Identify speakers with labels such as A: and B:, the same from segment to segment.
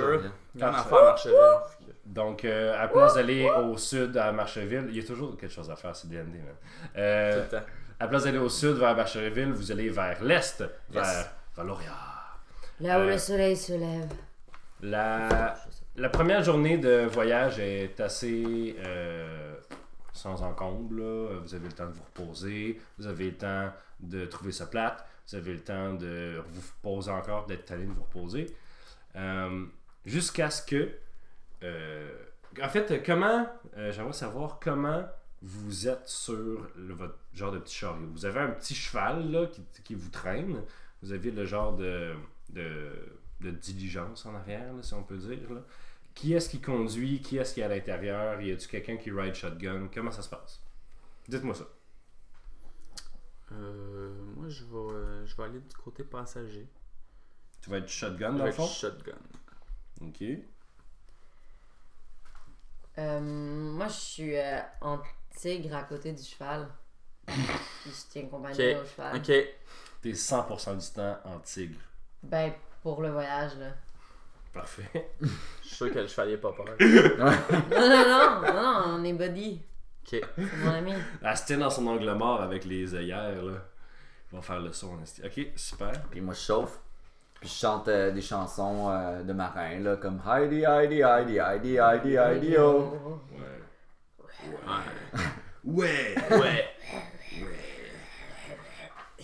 A: la même
B: Parfait.
A: affaire à Marcheville.
B: Donc, euh, à place d'aller au sud, à Marcheville, il y a toujours quelque chose à faire, c'est DND, man.
A: Tout
B: Euh,
A: le temps.
B: à place d'aller au sud, vers Marcheville, vous allez vers l'est, vers
A: Yes.
B: Valoria.
C: Là où
B: Euh,
C: le soleil se lève.
B: La, la première journée de voyage est assez euh, sans encombre. là. Vous avez le temps de vous reposer, vous avez le temps de trouver sa plate, vous avez le temps de vous reposer encore, d'être tanné de vous reposer. Euh, Jusqu'à ce que. euh, en fait, comment. euh, J'aimerais savoir comment vous êtes sur le- votre genre de petit chariot. Vous avez un petit cheval là, qui, qui vous traîne. Vous avez le genre de, de, de diligence en arrière, là, si on peut dire. là. Qui est-ce qui conduit Qui est-ce qui est à l'intérieur Y a-tu quelqu'un qui ride shotgun Comment ça se passe Dites-moi ça.
A: Euh, moi, je vais, euh, je vais aller du côté passager.
B: Tu vas être shotgun dans le
A: Avec
B: fond
A: shotgun.
B: Ok.
C: Euh, moi, je suis euh, en tigre à côté du cheval. Puis je tiens compagnie
A: Ok.
C: au cheval.
A: Ok.
B: T'es 100% du temps en tigre.
C: Ben, pour le voyage, là.
B: Parfait.
A: Je suis sûr que le chevalier a pas peur.
C: Non, non, non, non, non, on est buddy.
A: Ok.
C: C'est mon ami.
B: Astin dans son angle mort avec les œillères, là. Il va faire le son, Asti. Ok, super.
D: Puis moi, je chauffe. Puis je chante euh, des chansons euh, de marin, là, comme Heidi, Heidi, Heidi, Heidi, Heidi, Heidi, oh.
B: Ouais. Ouais. Ouais.
A: Ouais.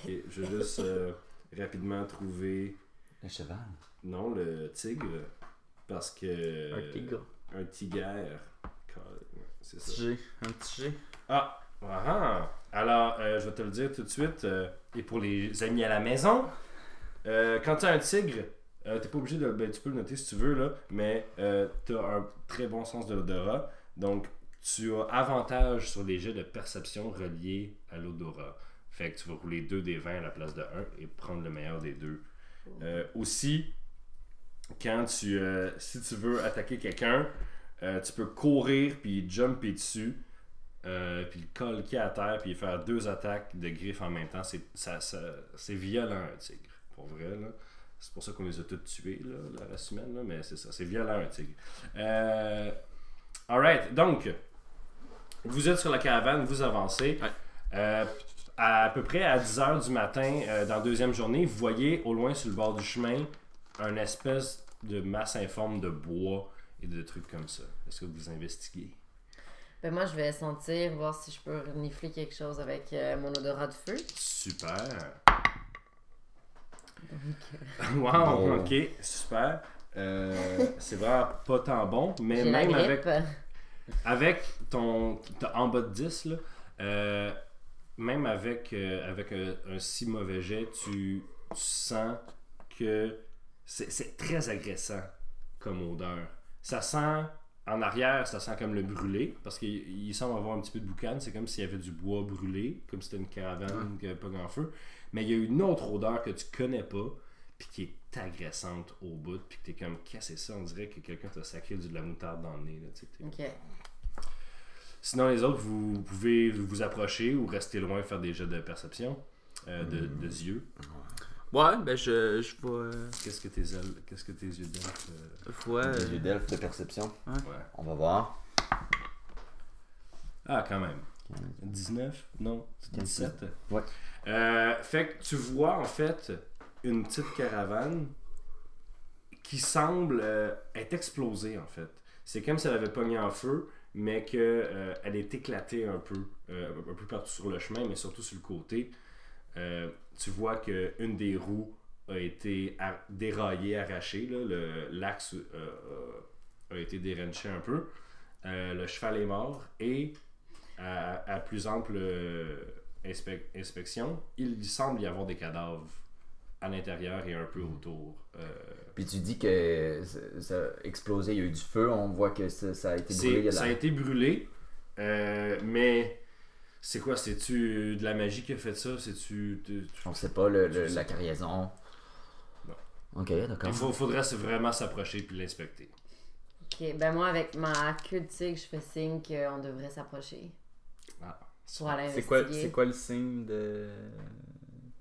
B: Ok, je vais juste euh, rapidement trouver.
D: Le cheval.
B: Euh. Non, le tigre. Parce que.
A: Euh, Un petit gars.
B: Un tigre. C'est ça.
A: Petit G. Un petit G.
B: Ah, ah, ah. Alors, euh, je vais te le dire tout de suite, euh, et pour les amis à la maison, euh, quand tu as un tigre, euh, t'es pas obligé de. ben, tu peux le noter si tu veux, là, mais euh, t'as un très bon sens de l'odorat. Donc, tu as avantage sur les jets de perception reliés à l'odorat. Fait que tu vas rouler 2 des 20 à la place de 1 et prendre le meilleur des deux. Euh, aussi, quand tu. euh, si tu veux attaquer quelqu'un, euh, tu peux courir puis jumper dessus. Euh, puis le colquer à terre, puis faire deux attaques de griffes en même temps, c'est, ça, ça- c'est violent un tigre, pour vrai. Là. C'est pour ça qu'on les a tous tués là, la race humaine, là, mais c'est ça, c'est violent un tigre. Euh, alright, donc, vous êtes sur la caravane, vous avancez.
A: Ouais.
B: Euh, à, peu près à 10h du matin, euh, dans la deuxième journée, vous voyez au loin sur le bord du chemin un espèce de masse informe de bois et de trucs comme ça. Est-ce que vous investiguez?
C: Ben, moi, je vais sentir, voir si je peux renifler quelque chose avec euh, mon odorat de feu.
B: Super. Wow,
D: Bon.
B: ok, super. Euh, c'est vraiment pas tant bon, mais
C: J'ai la
B: même avec,
C: grippe.
B: avec ton. t'as en bas de 10, là, euh, même avec, euh, avec un, un si mauvais jet, tu, tu sens que c'est c'est très agressant comme odeur. Ça sent en arrière, ça sent comme le brûlé, parce qu'il il semble avoir un petit peu de boucan. C'est comme s'il y avait du bois brûlé, comme si c'était une caravane qui avait pas grand feu. Mais il y a une autre odeur que tu connais pas, puis qui est agressante au bout, puis que t'es comme, qu'est-ce que c'est ça? On dirait que quelqu'un t'a sacré du de la moutarde dans le nez. Là, tu sais, t'es-
C: Ok.
B: Sinon, les autres, vous pouvez vous approcher ou rester loin, faire des jets de perception, euh, de, de yeux.
A: Ouais, ben je, je vais. euh,
B: Qu'est-ce que tes, ailes- qu'est-ce que tes yeux d'elfe, euh,
A: Ouais.
D: Des yeux d'elfe de perception.
B: ouais.
D: On va voir.
B: Ah, quand même. 19 Non, 17
D: Ouais.
B: Euh, fait que tu vois, en fait, une petite caravane qui semble euh, être explosée, en fait. C'est comme si elle avait pogné en feu, mais qu'elle est éclatée un peu, euh, un peu partout sur le chemin, mais surtout sur le côté. Euh, tu vois que une des roues a été ar- déraillée, arrachée. là. Le- L'axe euh, a- a été déranché un peu. Euh, le cheval est mort et à, à plus ample euh, inspec- inspection, il semble y avoir des cadavres à l'intérieur et un peu
D: Hmm.
B: autour. Euh,
D: Puis tu dis que ça- ça a explosé, il y a eu du feu, on voit que ça, ça a été
B: c'est-
D: brûlé. il y a de
B: ça a
D: la-
B: été brûlé, euh, mais c'est quoi C'est-tu de la magie qui a fait ça C'est-tu. de-
D: On sait pas le, le- la cargaison.
B: Non.
D: Ok, d'accord.
B: Il faut- faudrait se- vraiment s'approcher puis l'inspecter.
C: Ok, ben, moi, avec ma queue de tigre, je fais signe qu'on devrait s'approcher.
B: Ah.
C: Pour aller
A: C'est quoi,
C: investiguer.
A: c'est quoi le signe de.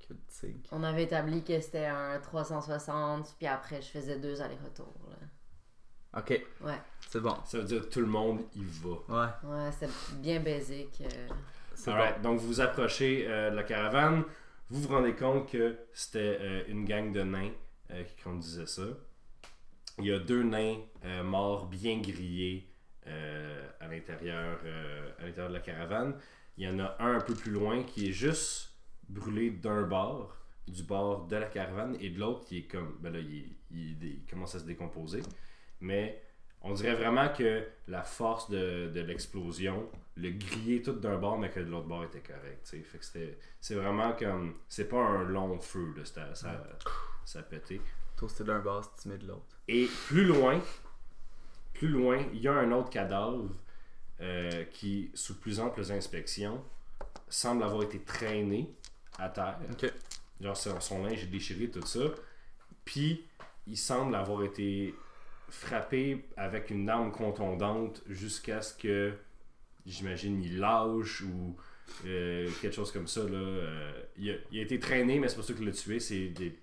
A: Que le tigre
C: On avait établi que c'était un 360, puis après, je faisais deux allers-retours. là.
A: Ok.
C: Ouais.
A: C'est bon.
B: Ça veut dire tout le monde y va.
A: Ouais.
C: Ouais, c'est bien basique. euh.
A: C'est
B: Alright, Donc, vous vous approchez euh, de la caravane. Vous vous rendez compte que c'était euh, une gang de nains euh, qui conduisait ça. Il y a deux nains euh, morts bien grillés euh, à l'intérieur euh, à l'intérieur de la caravane. Il y en a un un peu plus loin qui est juste brûlé d'un bord, du bord de la caravane, et de l'autre qui est comme. Ben là, il, est- il est dé- il commence à se décomposer. Mais on dirait vraiment que la force de, de l'explosion le griller tout d'un bord, mais que de l'autre bord était correct. tu sais. Fait que c'était- c'est vraiment comme. C'est pas un long feu, là, c'était- ça, ça a pété.
A: bon. Toasté d'un bas, c'est timide de l'autre.
B: Et plus loin, plus loin, il y a un autre cadavre euh, qui, sous plus amples inspections, semble avoir été traîné à terre.
A: Ok.
B: Genre son, son linge est déchiré, tout ça. Puis, il semble avoir été frappé avec une arme contondante jusqu'à ce que, j'imagine, il lâche ou euh, quelque chose comme ça. Là. Euh, il, a, il a été traîné, mais c'est pas ça qui l'a tué, c'est des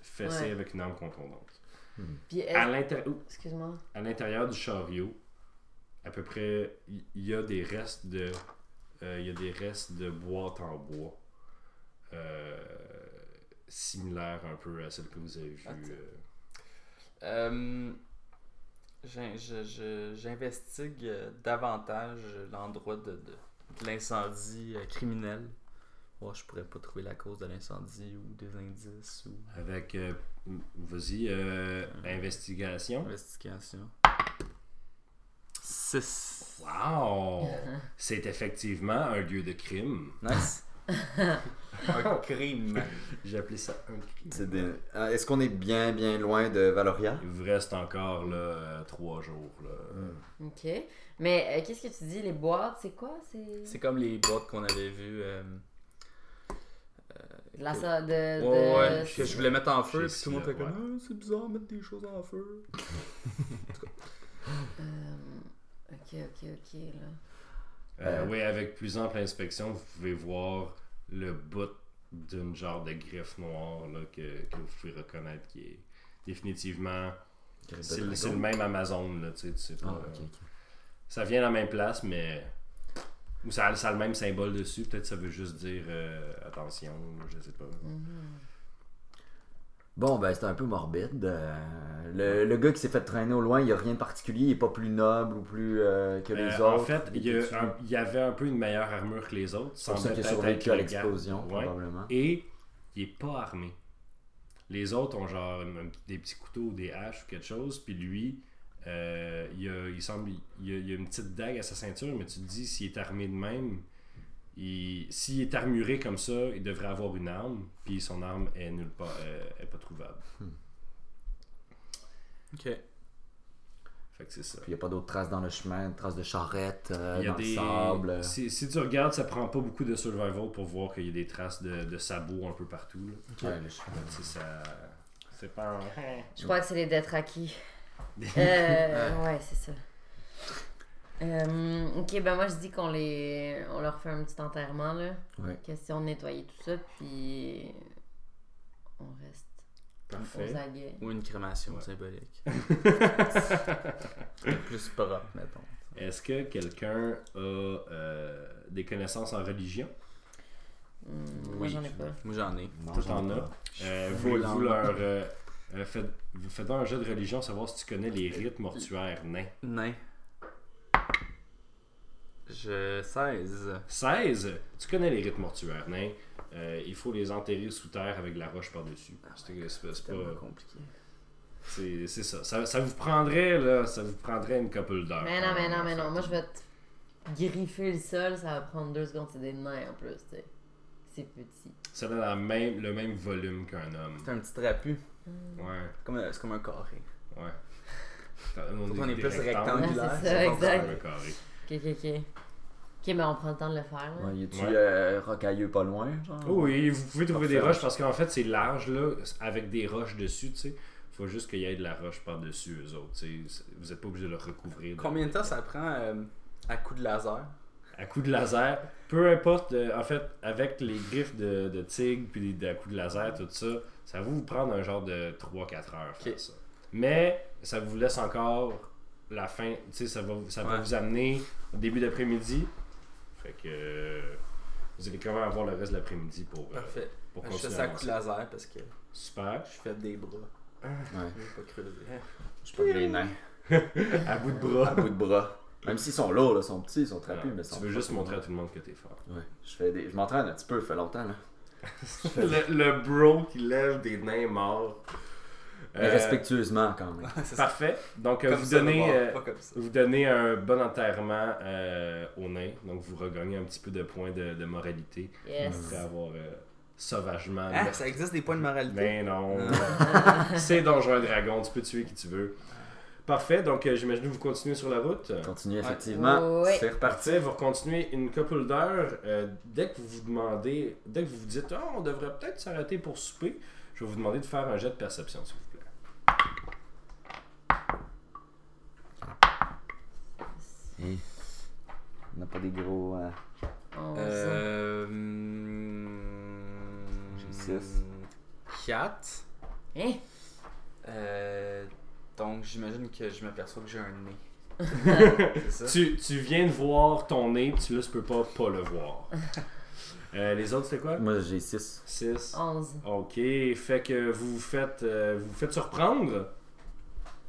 B: fessées
C: Ouais. Euh,
B: avec une arme contondante.
C: Puis, est-
B: À
E: Ah.
B: l'intérieur, ouh,
C: excuse-moi.
B: à l'intérieur du chariot, à peu près, il il y a des restes de, euh, il y a des restes de boîtes en bois, euh, similaires un peu à celles que vous avez vues.
E: Attends.
B: euh.
E: Euh, j'in- je- je- J'investigue euh, davantage l'endroit de, de, de l'incendie euh, criminel. Oh, je pourrais pas trouver la cause de l'incendie ou des indices ou
B: avec, euh, m- vas-y, euh, investigation.
E: investigation. 6.
B: Wow, c'est effectivement un lieu de crime.
E: Nice. Un crime.
B: J'ai appelé ça un crime.
D: C'est des- Euh, Est-ce qu'on est bien, bien loin de Valoria?
B: Il vous reste encore là, euh, trois jours là.
C: Ok. Mais euh, qu'est-ce que tu dis, les boîtes, c'est quoi C'est
E: C'est comme les boîtes qu'on avait vues. euh,
C: de la sorte de. Euh,
E: Ouais,
C: de-
E: ouais, que je voulais mettre en feu,
B: Chez
E: puis tout le monde était
B: Sylvain,
E: comme Ah, c'est bizarre mettre des choses en feu.
C: Euh, ok, ok, ok. Là.
B: Euh,
D: Euh,
B: oui, avec plus ample inspection, vous pouvez voir le bout d'une genre de griffe noire là, que, que vous pouvez reconnaître qui est définitivement. C'est le, c'est le même Amazon, là, tu sais, tu sais pas,
D: Ah, ok,
B: euh,
D: ok.
B: Ça vient de la même place, mais. Ou ça, a- ça a le même symbole dessus, peut-être ça veut juste dire euh, attention, je sais pas.
D: Bon, ben, c'est un peu morbide. euh, le, le gars qui s'est fait traîner au loin, il n'y a rien de particulier, il n'est pas plus noble ou plus euh, que les
B: Euh,
D: autres.
B: en fait, il y,
D: est
B: a un- il y avait un peu une meilleure armure que les autres.
D: C'est pour ça
B: semblait
D: qu'il a
B: peut-être
D: survécu
B: être
D: à
B: le gars.
D: l'explosion,
B: Ouais.
D: probablement.
B: Et il est pas armé. Les autres ont genre un- un- des petits couteaux ou des haches ou quelque chose, puis lui, euh, il, a, il semble, il a, il a une petite dague à sa ceinture, mais tu te dis s'il est armé de même, il- s'il est armuré comme ça, il devrait avoir une arme, puis son arme est nulle part, euh, est pas trouvable.
E: Ok.
B: Fait que c'est ça.
D: Puis il n'y a pas d'autres traces dans le chemin, de traces de charrette, euh,
B: Il y a
D: dans le
B: des-
D: sable. euh.
B: Si, si tu regardes, ça prend pas beaucoup de survival pour voir qu'il y a des traces de, de sabots un peu partout. là.
D: Ouais, le chemin.
B: Tu sais, ça- C'est pas un-
C: Je crois que c'est les Detraki. euh, ouais, c'est ça. Euh, ok, ben moi je dis qu'on les, on leur fait un petit enterrement là.
D: Ouais.
C: Question de nettoyer tout ça, puis on reste
B: Parfait.
C: aux aguets.
E: Ou une crémation
B: Ouais.
E: symbolique. Plus propre, mettons.
B: Est-ce que quelqu'un a euh, des connaissances en religion?
C: Hum, moi j'en ai pas.
E: Moi j'en ai.
D: Non,
B: Tout
D: j'en ai
B: en
D: pas.
B: a. Euh,
E: full
B: Voulez-vous
E: en-
B: leur... euh, euh, faites- vous faites un jeu de religion, savoir si tu connais les rites mortuaires nains.
E: Nain. Je 16.
B: 16! Tu connais les rites mortuaires nains. Euh, il faut les enterrer sous terre avec de la roche par-dessus.
C: Ah,
B: C'est c'est- c'est
E: C'est
B: pas-
E: tellement compliqué.
B: c'est- c'est ça. ça. ça vous prendrait, là, ça vous prendrait une couple d'heures.
C: Mais non,
B: quand
C: mais
B: même,
C: non, mais
B: en
C: non.
B: fait.
C: Moi je vais te griffer le sol, ça va prendre deux secondes. C'est des nains en plus, tu sais. C'est petit.
B: Ça donne la même, le même volume qu'un homme.
E: C'est un petit trapu.
B: Ouais,
E: Comme, euh, c'est comme un carré.
B: ouais. On
E: qu'on est
B: des
E: plus
B: rectangles,
E: rectangulaire.
C: Ouais, c'est ça,
E: pas
C: exact.
B: un carré.
C: Ok, ok, ok. Ok, mais on prend le temps de le faire là.
D: Ouais, y a-tu
B: Ouais.
D: euh, rocailleux pas loin, genre?
B: Oh Oui, vous pouvez trouver des
D: Parfait.
B: roches parce qu'en fait, c'est large, là, avec des roches dessus, tu sais. Faut juste qu'il y ait de la roche par-dessus eux autres, tu sais. Vous n'êtes pas obligé de le recouvrir. de-
E: Combien de temps ça prend euh, à coup de laser
B: À coup de laser. Peu importe, euh, en fait, avec les griffes de, de tigre, puis des- à coup de laser, tout ça, ça va vous prendre un genre de 3-4 heures. faire
E: Ok.
B: ça. Mais ça vous laisse encore la fin, tu sais, ça va, ça va
E: Ouais.
B: vous amener au début d'après-midi. Fait que euh, vous allez quand même avoir le reste de l'après-midi pour, euh,
E: Parfait. Ben,
B: pour
E: je fais
B: continuer. à
E: ça à coup de
B: avancer.
E: laser parce que
B: Super.
E: je fais des bras.
D: Ouais.
E: Je vais pas creuser.
D: Je prends les nains
B: À bout de
D: à
B: bras.
D: bout de bras. Même s'ils sont lourds, là, ils sont petits, ils sont trapus,
B: Ah,
D: mais ils sont
B: tu veux juste
D: fucking
B: montrer à
D: lourds.
B: tout le monde que t'es fort.
D: Ouais. Je fais des. Je m'entraîne un petit peu, ça fait longtemps là.
B: Euh, le, le bro qui lève des nains morts.
D: Mais
B: Euh,
D: respectueusement quand même.
E: C'est ça.
B: Parfait. Donc, euh,
E: Comme
B: vous
E: ça,
B: donnez.
E: d'abord,
B: euh,
E: Pas comme ça.
B: Vous donnez un bon enterrement euh, aux nains, donc vous regagnez un petit peu de points de, de moralité
C: Yes.
B: après avoir euh, sauvagement.
E: Ah, ça existe des points de moralité.
B: Ben non,
C: Ah.
B: c'est Donjon et Dragon, tu peux tuer qui tu veux. Parfait, donc euh, j'imagine que vous continuez sur la route.
D: Continue effectivement.
C: Ouais.
D: C'est reparti.
B: Parfait, vous continuez une couple d'heures. euh, dès que vous vous demandez, dès que vous vous dites, Ah, on devrait peut-être s'arrêter pour souper, je vais vous demander de faire un jet de perception, s'il vous plaît.
D: Hey. On n'a pas des gros. euh,
C: Onze.
E: Euh.
D: J'ai six.
E: 4.
C: Hein?
E: Euh, donc, j'imagine que je m'aperçois que j'ai un nez. c'est ça?
B: Tu, tu viens de voir ton nez, puis tu là, tu peux pas pas le voir. Euh, les autres, c'était quoi
D: Moi j'ai 6.
B: 6.
C: Onze.
B: Ok, fait que vous vous faites, euh, vous vous faites surprendre.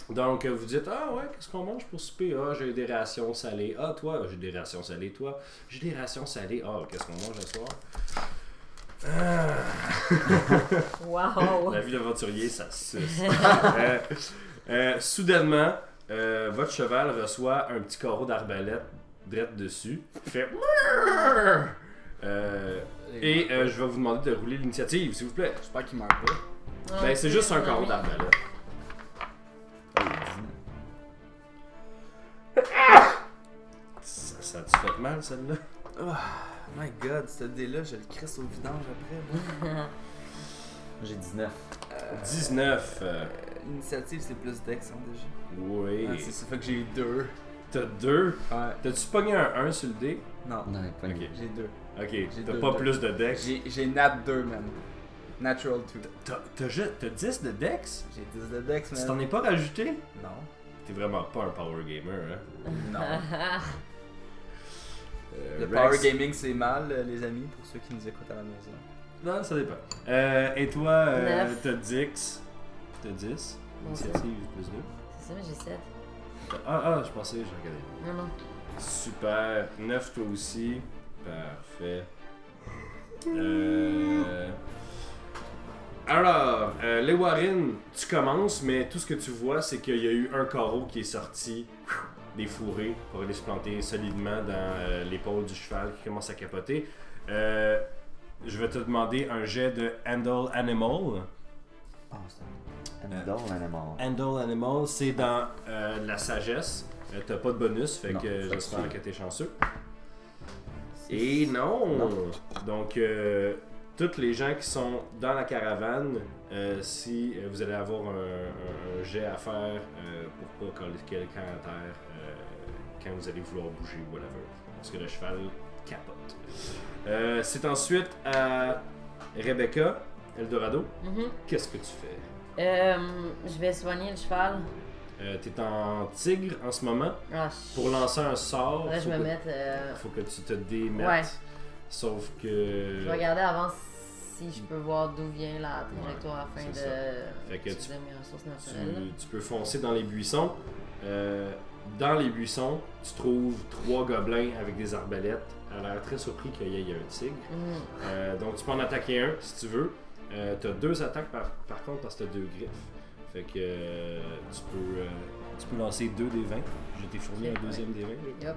B: Donc, euh, vous dites Ah ouais, qu'est-ce qu'on mange pour souper Ah, j'ai des rations salées. Ah, toi, j'ai des rations salées. Toi, j'ai des rations salées. Ah, qu'est-ce qu'on mange ce soir Ah,
C: Wow.
B: La vie d'aventurier, ça se suce. Euh, euh, soudainement, euh, votre cheval reçoit un petit carreau d'arbalète drette dessus. Fait. Euh, et euh, je vais vous demander de rouler l'initiative, s'il vous plaît.
E: J'espère qu'il meurt pas.
B: Ben, c'est juste un ben. carreau d'arbalète. Ça, ça a-tu fait mal, celle-là?
E: Oh My god, ce dé-là, je le crisse au vidange après. moi.
D: J'ai 19.
B: 19. euh,
E: Euh, L'initiative, c'est plus Dex, hein, déjà.
B: oui.
E: Ah, c'est ça, fait que j'ai eu deux.
B: T'as deux.
E: Ouais.
B: T'as-tu pogné un 1 sur le dé?
E: Non,
D: On n'avait pas
B: Ok.
D: mis.
E: j'ai deux.
B: Ok, t'as
E: deux,
B: pas
E: deux.
B: plus de dex.
E: J'ai j'ai nat 2, man. Natural 2.
B: T'as t'as juste- t'as 10 de dex?
E: J'ai 10 de Dex,
B: Tu t'en
E: man.
B: es pas rajouté?
E: Non.
B: Euh. T'es vraiment pas un power gamer, hein?
C: Ah,
E: Non. Le
B: Euh, Rex-
E: power gaming, c'est mal, euh, les amis, pour ceux qui nous écoutent à la maison.
B: Non, ça dépend. Euh, et toi, euh,
C: Neuf.
B: t'as 10. T'as 10.
C: Onze.
B: Initiative plus 2.
C: C'est ça, mais j'ai sept.
B: Ah, ah, je pensais, j'ai regardé.
C: Non, non.
B: Super. 9 toi aussi. Parfait. Euh... Alors, euh, les Warren, tu commences, mais tout ce que tu vois, c'est qu'il y a eu un carreau qui est sorti des fourrés pour aller se planter solidement dans euh, l'épaule du cheval qui commence à capoter. Euh, je vais te demander un jet de Handle Animal.
D: Oh, c'est un. Adore l'animal.
B: Handle Animal, c'est dans euh, de la sagesse. Euh, T'as pas de bonus, fait
D: Non,
B: que
D: fait que
B: j'espère
D: c'est-
B: que t'es chanceux. Et non!
D: Non.
B: Donc, euh, toutes les gens qui sont dans la caravane, euh, si euh, vous allez avoir un, un- un jet à faire euh, pour pas coller quelqu'un à terre euh, quand vous allez vouloir bouger ou whatever, parce que le cheval capote. Euh, c'est ensuite à Rebecca, Eldorado.
C: Mhm.
B: Qu'est-ce que tu fais?
C: Euh, je vais soigner le cheval.
B: Euh, T'es en tigre en ce moment.
C: Ah, ch-
B: Pour lancer un sort,
C: Faudrait que je
B: faut,
C: me
B: que,
C: mette. euh,
B: faut que tu te démettes.
C: Ouais.
B: Sauf
C: Je
B: que.
C: vais regarder avant si je peux voir d'où vient la trajectoire afin
B: Euh, Ouais,
C: de.
B: c'est Fait que tu-
C: utiliser mes ressources naturelles.
B: Tu, tu peux foncer dans les buissons. Euh, dans les buissons, tu trouves trois gobelins avec des arbalètes. Elle a l'air très surpris qu'il y ait un tigre.
C: Mhm.
B: Euh, donc tu peux en attaquer un si tu veux. Euh, t'as deux attaques par, par contre parce que t'as deux griffes. Fait que euh, tu, peux, euh, tu peux lancer deux des 20. Je t'ai fourni
C: Ok,
B: un deuxième des 20. là.
C: Yup.
B: Ouais.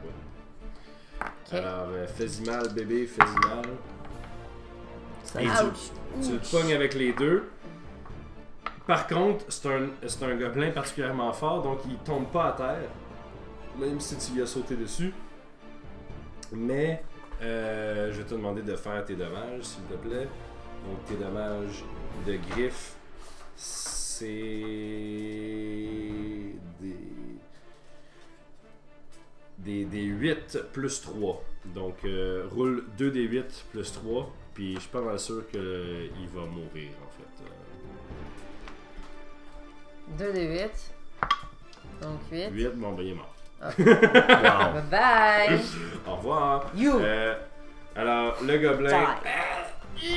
C: Ok.
B: Alors, euh, fais-y mal, bébé, fais-y mal. Et tu-
C: Ouch!
B: tu le
C: Ouch.
B: pognes avec les deux. Par contre, c'est un, c'est un gobelin particulièrement fort, donc il tombe pas à terre, même si tu lui as sauté dessus. Mais euh, je vais te demander de faire tes dommages, s'il te plaît. Donc tes dommages de griffes, c'est des... Des, des 8 plus 3. Donc, euh, roule 2 des 8 plus 3. Puis je suis pas mal sûr qu'il va mourir, en fait. Euh,
C: 2 des 8. Donc 8.
B: 8, bon, ben il est mort.
D: Wow.
C: Bye bye!
B: Au revoir.
C: You!
B: Euh, ben, alors, le gobelin.
C: Die!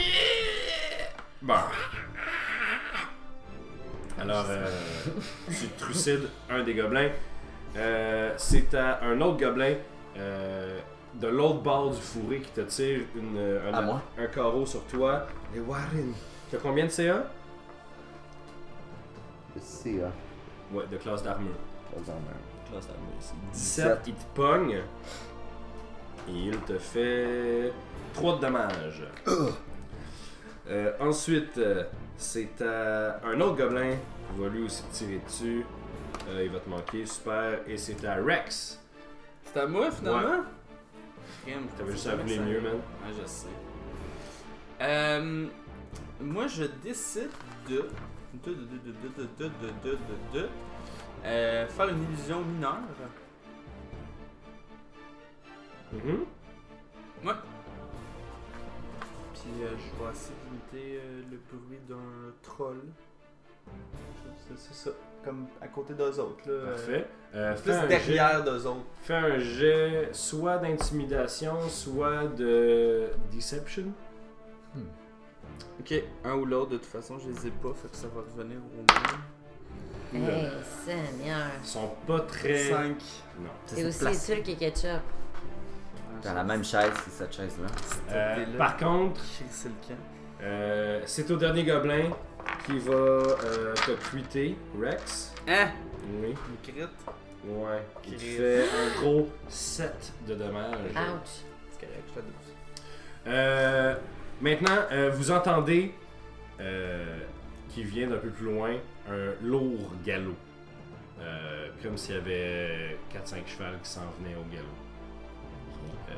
B: Bon. Alors, euh, tu trucides un des gobelins. Euh, c'est à un autre gobelin euh, de l'autre bord du fourré qui te tire une, un,
D: À moi?
B: un carreau sur toi. Les Warren. T'as combien de CA
D: C'est hein.
B: Ouais, de classe d'armure.
D: Pas dans le-
B: Classe d'armure, c'est 17.
D: 17.
B: Il te pogne. Et il te fait 3 de dommages. Euh, ensuite, euh, c'est à un autre gobelin qui va lui aussi te tirer dessus. Euh, il va te manquer, super. Et c'est à Rex.
E: C'est à moi finalement? Crime,
B: T'avais
E: c'est
B: juste
E: ça,
B: appelé
E: ça-
B: mieux, man.
E: Ouais, je sais. Euh, moi, je décide de. de, de, de, de, de, de, de, de, de, de euh, faire une illusion mineure.
B: Mhm.
E: Puis euh, je vais essayer d'imiter euh, le bruit d'un troll. C'est- C'est ça. Comme à côté d'eux autres, là.
B: Parfait. Euh,
E: Euh,
B: fais,
E: Plus
B: un
E: derrière d'eux autres.
B: jet- fais un jet soit d'intimidation, soit de deception.
E: Ok, un ou l'autre, de toute façon, je les ai pas, fait que ça va revenir au moins.
C: Hey, Seigneur!
B: Ils sont pas très.
E: 5.
B: Non.
C: C'est aussi sûr qu'il y a ketchup.
D: Dans
E: Ah,
D: la même chaise, c'est cette chaise-là.
B: Euh, par contre,
E: c'est le camp.
B: Euh, c'est au dernier gobelin qui va euh, te cuiter, Rex.
E: Hein?
B: Oui.
E: Une crite?
B: Ouais. Qui te
E: Chris.
B: fait un gros 7 de dommages.
C: Ouch!
E: C'est correct, je t'adore.
B: Euh, maintenant, euh, vous entendez euh, qui vient d'un peu plus loin un lourd galop. Euh, comme s'il y avait 4-5 chevals qui s'en venaient au galop. Euh,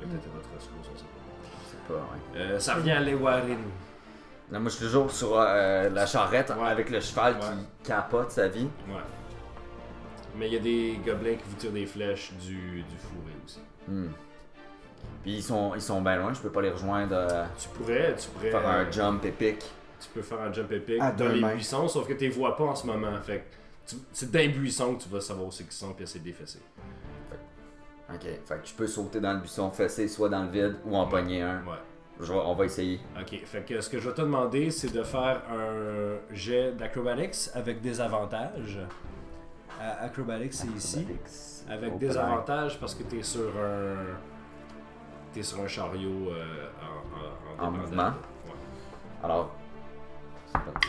B: Peut-être à votre secours, on sait pas.
D: C'est pas, ouais.
B: Euh, ça revient à Lewarin.
D: Non, moi, je suis toujours sur euh, la charrette
B: Ouais.
D: avec le cheval
B: Ouais.
D: qui capote sa vie.
B: Ouais. Mais il y a des gobelins qui vous tirent des flèches du, du fourré aussi.
D: Hmm. Puis ils sont, ils sont bien loin, je peux pas les rejoindre. euh,
B: Tu pourrais, tu pourrais. euh,
D: faire un jump épique.
B: Tu peux faire un jump épique
D: À
B: dans
D: deux
B: les
D: mains.
B: buissons, sauf que tu les vois pas en ce moment. Fait que tu- c'est dans les buissons que tu vas savoir où c'est qu'ils sont puis essayer de les fesser.
D: Ok, fait que je peux sauter dans le buisson fessé, soit dans le vide ou en pogner un.
B: Ouais.
D: Je vais- on va essayer.
B: Ok. Fait que ce que je vais te demander, c'est de faire un jet d'acrobatics avec des avantages. À- acrobatics, c'est ici.
D: Acrobatics.
B: Avec
D: Open
B: des
D: eye.
B: avantages parce que t'es sur un. T'es sur un chariot euh, en, en,
D: En
B: débandade.
D: mouvement.
B: Ouais.
D: Alors, c'est parti.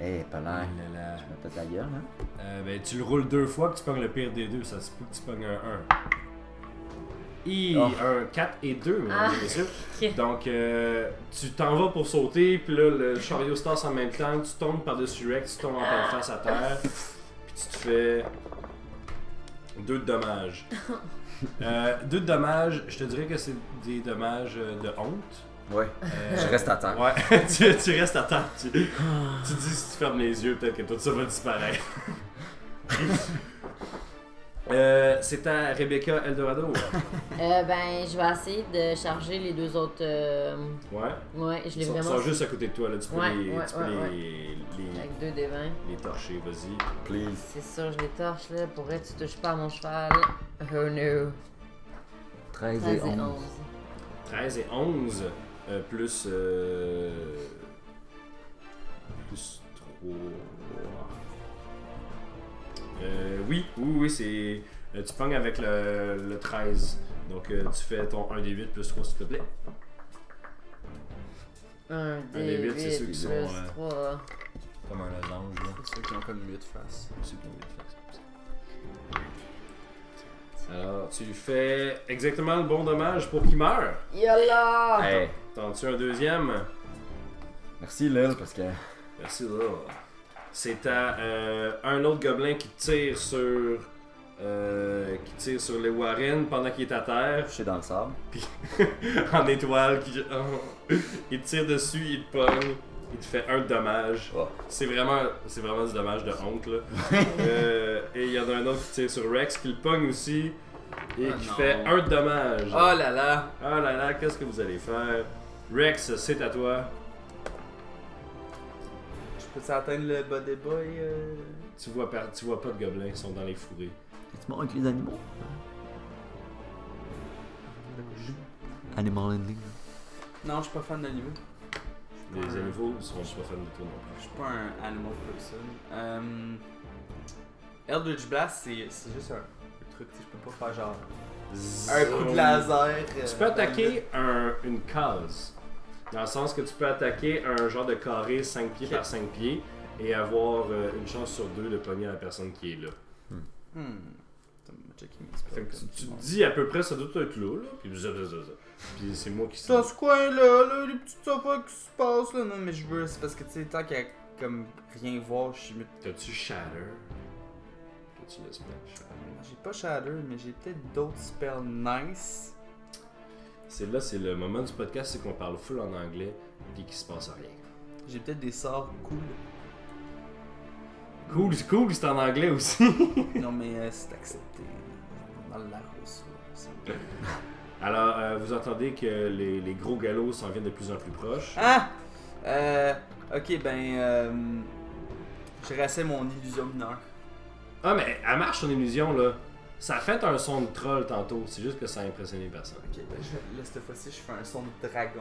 D: Eh, pas l'air.
B: Oh là là.
D: Je me pète la gueule, hein?
B: Euh, ben, tu le roules deux fois que tu pognes le pire des deux. Ça se peut que tu pognes un 1. I,
D: Oh.
B: un 4 et 2, mesdames
C: Ah.
B: et messieurs. Donc, euh, tu t'en vas pour sauter, puis là, le chariot se tasse en même temps. Tu tombes par-dessus Rex, tu tombes en pleine face à terre, puis tu te fais. Deux de dommages. Euh, deux de dommages, je te dirais que c'est des dommages euh, de honte.
D: Ouais,
B: Euh,
D: je reste à terre.
B: Ouais, tu, tu restes à terre. Tu, tu dis si tu fermes les yeux, peut-être que tout ça va disparaître. Euh, c'est à Rebecca Eldorado.
C: Euh, ben, je vais essayer de charger les deux autres. euh,
B: Ouais.
C: Ouais, je
B: Ils
C: l'ai
B: sont,
C: vraiment.
B: sont juste à côté de toi. Là. Tu peux,
C: Ouais,
B: les,
C: ouais,
B: tu peux
C: ouais,
B: les,
C: ouais.
B: les-
C: Avec deux des vins.
B: les torcher, vas-y.
D: Please.
C: C'est sûr, je les torche là. Pour être, tu touches pas à mon cheval. Oh no.
D: 13 et
C: 13 et
D: 11.
C: 11.
B: 13 et 11, euh, plus. euh, plus 3. Euh, oui, oui, oui, c'est. euh, tu pognes avec le, le 13. Donc euh, tu fais ton 1 des 8 plus 3, s'il te plaît.
C: 1
B: des
C: des
B: huit,
C: 8,
B: c'est ceux qui
C: plus
B: sont, euh,
C: 3.
B: Comme un losange, là.
E: Ceux qui ont comme 8 faces.
B: C'est pour les fesses, comme ça. Alors, tu fais exactement le bon dommage pour qu'il meure.
C: Yalla!
D: Hey,
B: Tends-tu un deuxième?
D: Eh, merci Lil, parce que.
B: Merci Lord. C'est à euh, un autre gobelin qui tire sur euh, qui tire sur les Warren pendant qu'il est à terre
D: Je suis dans le sable.
B: en étoile qui il te tire dessus, il te pogne, il te fait un dommage.
D: Oh.
B: C'est vraiment c'est vraiment du dommage de honte là. Euh, et il y en a un autre qui tire sur Rex qui le pogne aussi et
E: Ah
B: qui
E: non.
B: fait un dommage.
E: Oh là là!
B: Ah là là, qu'est-ce que vous allez faire Rex, c'est à toi.
E: Je Peux-tu atteindre le body boy euh?
B: Tu vois, par- tu vois pas de gobelins, ils sont dans les fourrés.
D: Tu mords avec les animaux? Animal Ending.
E: Non, je suis pas fan d'animaux.
B: Les
E: Ouais.
B: animaux sont pas fans de toi non plus.
E: Je suis pas un animal person. Euh, Eldritch Blast, c'est c'est juste un, un truc, tu sais, je peux pas faire genre un coup de laser. euh,
B: Tu peux attaquer un- une case. Dans le sens que tu peux attaquer un genre de carré 5 pieds
E: Ok.
B: par 5 pieds et avoir euh, une chance sur deux de pogner la personne qui est là.
E: Hmm. Attends, je vais checker mes spells
B: Fait que tu,
E: comme
B: tu
E: tout
B: te
E: le monde.
B: dis à peu près ça doit être là, là. Puis, zop, zop, zop, zop. Puis c'est moi qui
E: Dans ce coin-là, là, les petites affaires qui se passent, là. Non, mais je veux, c'est parce que, tu sais, tant qu'à comme rien voir, je suis mieux.
B: T'as-tu Shatter T'as-tu le splash
E: J'ai pas Shadow, mais j'ai peut-être d'autres spells nice.
B: C'est là, c'est le moment du podcast, c'est qu'on parle full en anglais puis qu'il se passe rien.
E: J'ai peut-être des sorts cool.
B: Cool, c'est cool, c'est en anglais aussi.
E: non, mais euh, c'est accepté. Dans la rousse, là, ça me-
B: Alors, euh, vous entendez que les, les gros galops s'en viennent de plus en plus proches.
E: Ah! Euh. Ok, ben. Euh, je rassais mon illusion mineure.
B: Ah, mais elle marche son illusion, là. Ça a fait un son de troll tantôt, c'est juste que ça a impressionné personne.
E: Ok, ben, je, là, cette fois-ci, je fais un son de dragon.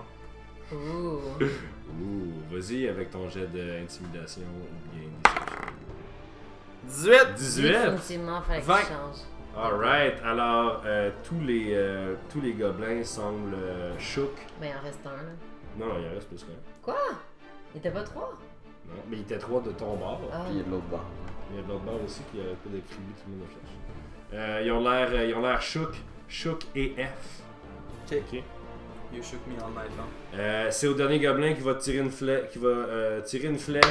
C: Ouh.
B: Ouh, vas-y avec ton jet d'intimidation ou bien
E: 18!
B: 18!
C: Définitivement, fallait que
E: Vingt.
C: je change.
B: Alright, alors euh, tous, les, euh, tous les gobelins semblent euh, shook.
C: Mais Ben, il en reste un, là.
B: Non, il en reste plus qu'un.
C: Il était pas trois.
B: Non, mais il était trois de ton bord.
C: Ah.
D: Puis il y a de l'autre bord. hein.
B: Il y a de l'autre bord aussi qui arrête pas de crier, tout le monde le cherche. Euh, ils ont l'air euh, ils ont l'air shook, shook et F.
E: Ok.
B: Ok.
E: You shook me all night long.
B: Euh, c'est au dernier gobelin qui va tirer une, flè- qui va, euh, tirer une flèche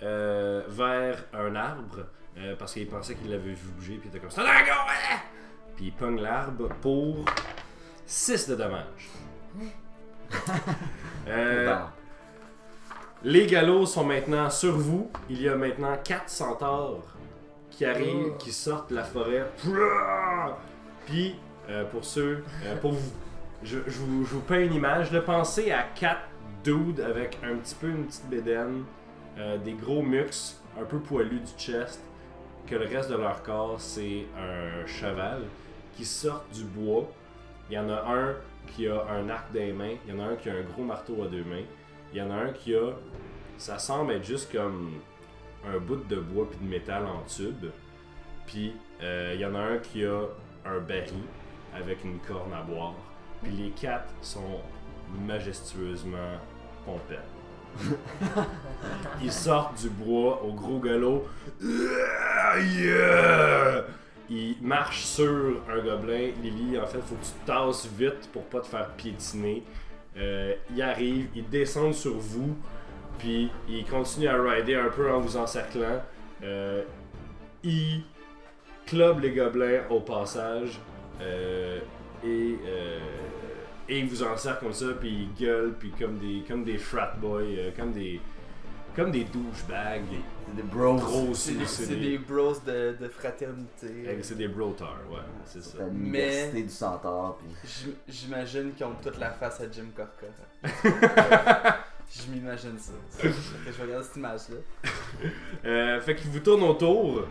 B: euh, vers un arbre euh, parce qu'il pensait qu'il l'avait vu bouger puis il était comme ça. dragon! ouais! Puis il pogne l'arbre pour 6 de dommages. Euh,
D: Bah.
B: les galops sont maintenant sur vous. Il y a maintenant 4 centaures qui arrivent,
C: Oh.
B: qui sortent de la forêt. Puis, euh, pour ceux, euh, pour vous, je, je vous, je vous peins une image. Là, pensez à 4 dudes avec un petit peu une petite bédaine, euh, des gros mux, un peu poilus du chest, que le reste de leur corps, c'est un cheval, qui sortent du bois. Il y en a un qui a un arc des mains, il y en a un qui a un gros marteau à deux mains. Il y en a un qui a. Ça semble être juste comme un bout de bois puis de métal en tube. Puis euh, il y en a un qui a un baril avec une corne à boire. Puis les quatre sont majestueusement pompettes. Ils sortent du bois au gros galop. Yeah! Ils marchent sur un gobelin. Lily, en fait, faut que tu te tasses vite pour pas te faire piétiner. Euh, ils arrivent, ils descendent sur vous, puis ils continuent à rider un peu en vous encerclant. Euh, ils clubent les gobelins au passage euh, et, euh, et ils vous encerclent comme ça, puis ils gueulent, puis comme des, comme des frat boys, euh, comme des, comme des douchebags, des
D: C'est des bros.
B: gros
E: C'est des, c'est des bros de, de fraternité.
B: c'est des brotards, ouais, c'est ça.
D: C'est à l'université du centaure. Puis...
E: J'im- J'imagine qu'ils ont toute la face à Jim Corcoran. Je m'imagine ça. Fait que Je regarde cette image-là.
B: Euh, fait qu'ils vous tournent autour.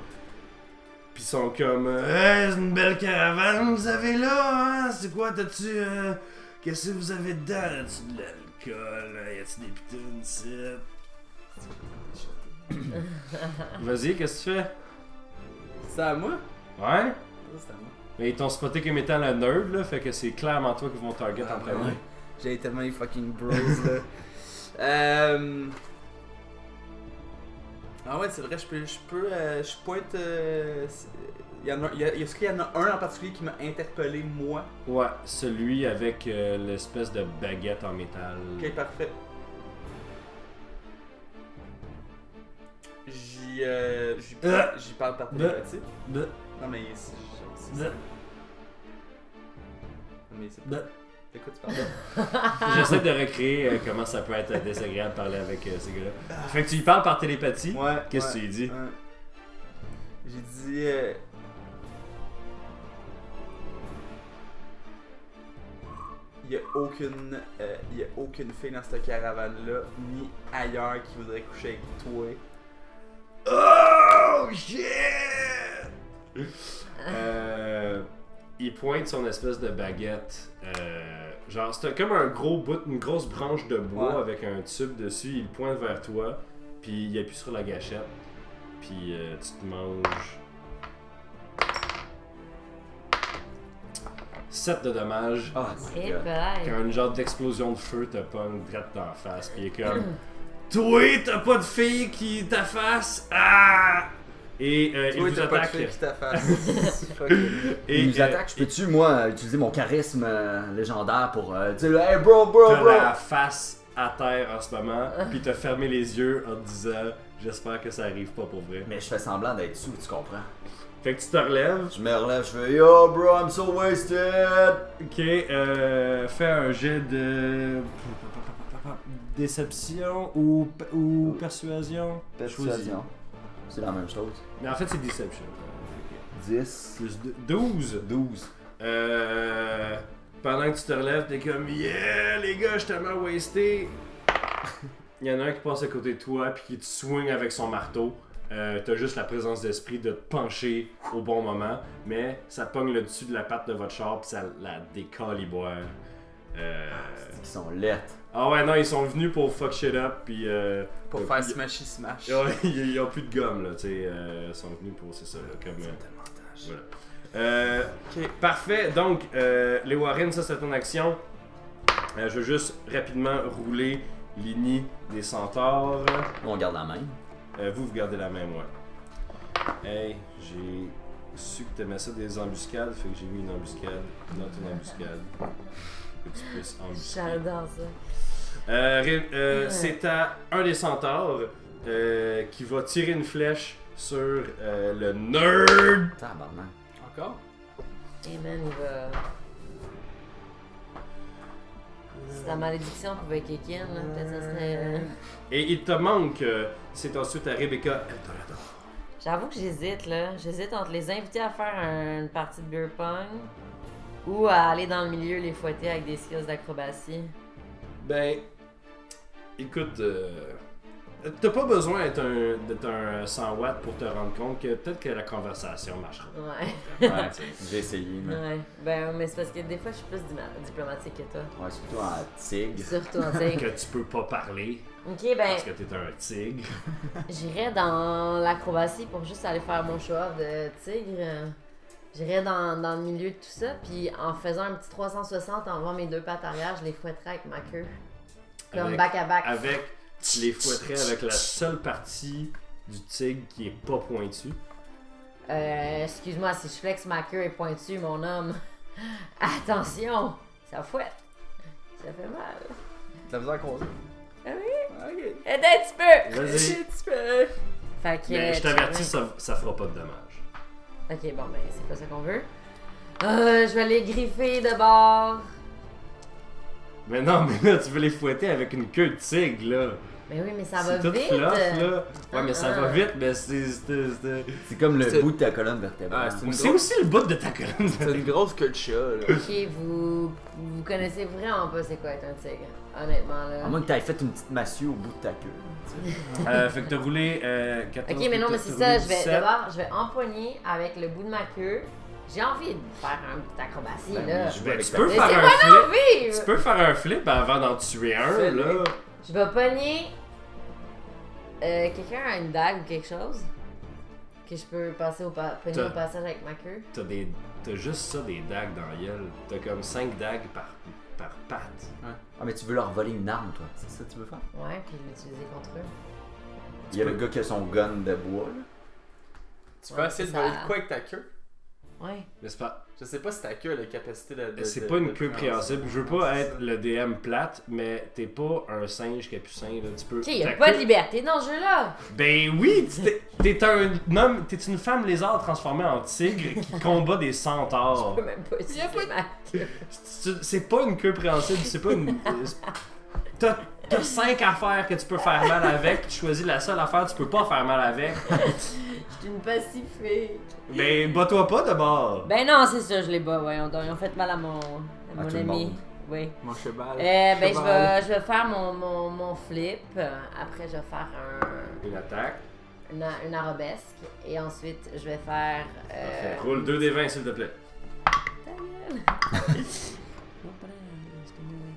B: Puis ils sont comme euh, Hey, c'est une belle caravane vous avez là, hein? C'est quoi, t'as-tu. euh, Qu'est-ce que vous avez dedans? As-tu de l'alcool? Hein? Y'a-tu des pitounes ici? Vas-y, qu'est-ce que tu fais?
E: C'est à moi?
B: Ouais?
E: Ça, C'est à moi.
B: Mais ils t'ont spoté comme étant le nerd, là. Fait que c'est clairement toi qui vont target
E: Ah,
B: en
E: ben
B: premier.
E: ouais. J'ai tellement les fucking bros là. Euh... Ah ouais, c'est vrai, je peux. Je peux. euh, je pointe. euh, c'est- il y en a- il y a- Est-ce qu'il y en a un en particulier qui m'a interpellé, moi
B: Ouais, celui avec euh, l'espèce de baguette en métal.
E: Ok, parfait. J'y. euh, j'y-
B: Euh.
E: J'y parle par
B: Euh.
E: télépathie.
B: Bah,
E: Non mais. c'est- c'est- c'est-
B: bah,
E: Non mais c'est.
B: bah.
E: De quoi tu parles Ah.
B: J'essaie de recréer euh, comment ça peut être désagréable de parler avec euh, ces gars-là. Fait que tu lui parles par télépathie.
E: Ah. Ouais.
B: Qu'est-ce
E: ouais.
B: que tu lui dis?
E: Ouais. J'ai dit. euh, Il n'y a, aucune, euh, il y a aucune fille dans cette caravane-là, ni ailleurs, qui voudrait coucher avec toi.
B: Oh shit! Euh, il pointe son espèce de baguette. euh, genre, c'est comme un gros bout, une grosse branche de bois
E: Ouais.
B: avec un tube dessus. Il pointe vers toi, puis il appuie sur la gâchette. Puis euh, tu te manges. 7 de dommages.
D: Ah,
C: Et
D: c'est good.
C: Eh, bye.
B: euh, Quand une genre d'explosion de feu te pogne direct dans la face, pis il est comme Toi, t'as pas de fille qui t'afface Ah Et euh, il
E: Toi,
B: vous
E: t'as pas de
B: attaque.
E: fille qui t'affasse. Fucking-
B: Et,
D: il nous
B: euh,
D: attaque, je peux-tu, moi, utiliser mon charisme euh, légendaire pour euh, dire Hey bro, bro,
B: T'as
D: bro!
B: la face à terre en ce moment, pis t'as fermé les yeux en te disant J'espère que ça arrive pas pour vrai.
D: Mais je fais semblant d'être sous, tu comprends?
B: Fait que tu te relèves.
D: Je me relève, je fais Yo bro, I'm so wasted!
B: Ok, euh, fais un jet de. Déception ou, ou persuasion
D: Persuasion. C'est la même chose.
B: Mais en fait, c'est déception.
D: 10,
B: Plus de- 12
D: 12.
B: Euh, pendant que tu te relèves, t'es comme Yeah, les gars, je suis tellement wasté. Il y en a un qui passe à côté de toi puis qui te swing avec son marteau. Euh, T'as juste la présence d'esprit de te pencher au bon moment, mais ça pogne le dessus de la patte de votre char puis ça la décaliboire. Euh...
D: Ils sont lettres.
B: Ah ouais, non, ils sont venus pour fuck shit up puis euh,
E: Pour faire smashy smash.
B: ils ont- ils ont plus de gomme là, tu sais. euh, ils sont venus pour, c'est ça, là, comme. euh, voilà. Euh,
E: Ok.
B: Parfait. Donc, euh, les Warren, ça, c'est ton action. Euh, je veux juste rapidement rouler l'ini des centaures.
D: On garde la même.
B: Euh, vous, vous gardez la même, ouais. Hey, j'ai su que t'aimais ça des embuscades, fait que j'ai mis une embuscade dans ton embuscade. Que tu puisses embusquer.
C: J'adore ça.
B: Euh, ré- euh, c'est à un des centaures euh, qui va tirer une flèche sur euh, le nerd.
D: Tabarnak.
E: Encore?
C: Et Eh, man, il va. Si ta malédiction pouvait kick in, là, peut-être ça serait. euh,
B: Et il te manque. euh, c'est ensuite à Rebecca Eldorado.
C: J'avoue que j'hésite, là. J'hésite entre les inviter à faire un- une partie de beer pong ou à aller dans le milieu les fouetter avec des skills d'acrobatie.
B: Ben, écoute, euh, t'as pas besoin d'être un, d'être un 100 watts pour te rendre compte que peut-être que la conversation marchera.
C: Ouais.
D: Ouais, j'ai essayé, mais.
C: Ouais. Ben, mais c'est parce que des fois, je suis plus dima- diplomatique que toi.
D: Ouais, surtout en tigre.
C: Surtout en tigre.
B: Que tu peux pas parler
C: Ok, ben,
B: parce que t'es un tigre.
C: j'irais dans l'acrobatie pour juste aller faire mon show de tigre. J'irais dans, dans le milieu de tout ça, puis en faisant un petit 360, en levant mes deux pattes arrière, je les fouetterais avec ma queue. Comme
B: Avec-
C: back à back.
B: Avec, tu les fouetterais avec la seule partie du tigre qui est pas pointue.
C: Euh, excuse-moi si je flex ma queue est pointue, mon homme. Attention, ça fouette. Ça fait mal.
E: T'as besoin qu'on.
C: Ah
E: oui? Ok.
C: Aide un petit peu.
B: Vas-y.
C: Aide un petit peu. Fait que. euh,
B: Mais je t'avertis, ça, ça fera pas de dommages.
C: Ok, bon, ben, c'est pas ça qu'on veut. Euh, je vais les griffer de bord.
B: Mais non, mais là, tu veux les fouetter avec une queue de tigre, là.
C: Mais Ben oui, mais ça va
B: C'est tout
C: vite.
B: fluff, là. Ouais, mais ça
C: Ah,
B: va
C: ah.
B: vite, mais c'est. c'est- c'est-
D: C'est comme le
E: C'est-
D: bout de ta colonne vertébrale.
E: Ah, c'est une,
B: C'est
E: grosse-
B: aussi le bout de ta colonne.
E: c'est une grosse queue de chat, là.
C: Ok, vous. Vous connaissez vraiment pas c'est quoi être un tigre. Honnêtement,
B: Ah,
C: là.
D: À moins que t'aies fait une petite massue au bout de ta queue. tu sais.
B: Euh, fait que t'as roulé euh, 14.
C: Ok, mais non,
B: puis
C: mais c'est ça.
B: t'as roulé
C: Je vais
B: 17.
C: d'abord, je vais empoigner avec le bout de ma queue. J'ai envie de faire un petit acrobatie,
D: Ben
C: là.
D: oui, je-
B: Ben, tu peux
C: Mais
B: faire
C: c'est
B: un flip.
C: Vive!
B: Tu peux faire un flip avant d'en tuer un,
E: Fais-le.
B: là.
C: Je vais pogner. Euh, Quelqu'un a une dague ou quelque chose que je peux passer au, pa- pogner
B: T'as-
C: au passage avec ma queue.
B: T'as des. T'as juste ça, des dagues dans la gueule. T'as comme 5 dagues par, par patte.
D: Ah, mais tu veux leur voler une arme, toi.
E: C'est ça que tu veux faire?
C: Ouais, puis l'utiliser contre eux.
D: Il y a
B: peux-
D: le gars qui a son gun de bois, là.
E: Tu
C: Ouais,
E: peux essayer de
C: ça-
E: voler de quoi avec ta queue?
C: Ouais.
B: Mais c'est pas.
E: Je sais pas si ta queue a la capacité de. de- de-
B: C'est pas
E: de
B: une queue
E: préhensible.
B: préhensible. Je veux pas
E: C'est
B: être
E: ça.
B: le DM plate, mais t'es pas un singe capucin, là. Tu peux.
C: Ok, y a
B: ta
C: pas de
B: queue-
C: liberté dans ce jeu-là!
B: Ben oui, tu t'es- t'es un homme, t'es une femme lézard transformée en tigre qui combat des
C: Je
B: centaures.
C: peux même pas utiliser ma queue.
B: C'est c'est pas une queue préhensible, c'est pas une. c'est- T'as t'as cinq affaires que tu peux faire mal avec, tu choisis la seule affaire que tu peux pas faire mal avec.
C: Je suis une pacifique!
B: Ben, bats-toi pas d'abord!
C: Ben non, c'est ça, je l'ai pas, voyons donc. Ils ont fait mal à mon, à mon
D: tout le
C: ami.
D: monde.
C: Oui.
E: Mon cheval.
C: Euh, ben, je
E: Cheval.
C: vais, je vais faire mon, mon, mon flip. Euh, Après, je vais faire un,
B: Une attaque.
C: une, a- une arabesque. Et ensuite, je vais faire. euh,
B: Parfait. Roule 2 des 20, s'il te plaît.
C: ta gueule.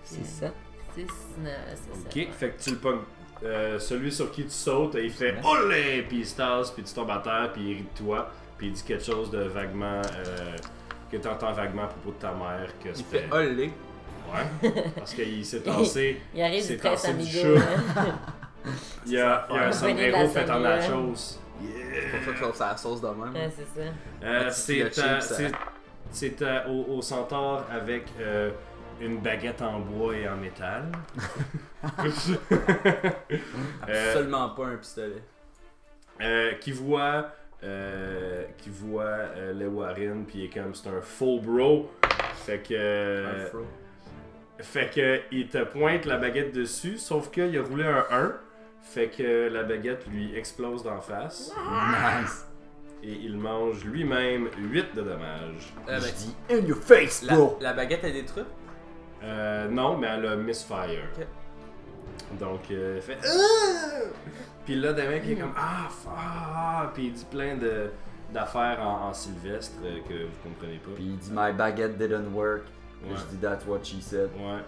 E: C'est ça.
C: Six, neuf, c'est
B: Ok,
C: ça, ouais.
B: fait que tu le pognes. Euh, celui sur qui tu sautes, il fait Olé! Puis il se tasse, puis tu tombes à terre, puis il rit de toi, puis il dit quelque chose de vaguement. euh, que tu entends vaguement à propos de ta mère. Que
E: Il
B: c'était-
E: fait olé.
B: Ouais. Parce qu'il s'est tassé.
C: Il arrive
B: C'est
C: du 13
B: passé du
C: amigo.
B: chat.
C: hein.
B: il, y a, il y a un
C: ça. Venez de la
B: sombrero fait en
C: Samia.
B: nachos.
E: C'est pour ça que ça c'est la sauce de même.
C: ouais, c'est ça.
B: Euh,
E: Ah,
B: c'est
E: tu l'as
B: euh,
E: cheap, ça.
B: c'est- c'est, euh, au, au centaure avec euh, une baguette en bois et en métal. Euh,
E: Absolument pas un pistolet.
B: Euh, qui voit euh, qui voit euh, le Warren puis il est comme c'est un faux bro fait que
D: Euh,
E: Un fro.
B: fait que il te pointe la baguette dessus sauf qu'il a roulé un 1 fait que la baguette lui explose d'en face
D: Nice.
B: et il mange lui-même 8 de dommages
E: Euh, ben,
D: Je dis in your face,
E: la,
D: bro.
E: la baguette elle est détruite.
B: Euh, non mais elle a misfire
E: Ok.
B: donc euh, il fait Ah! puis là Damien il est comme ah fuck puis il dit plein de d'affaires en, en sylvestre euh, que vous comprenez pas
D: Puis il dit my baguette didn't work.
B: Ouais.
D: Je dis that's what she said.
B: Ouais,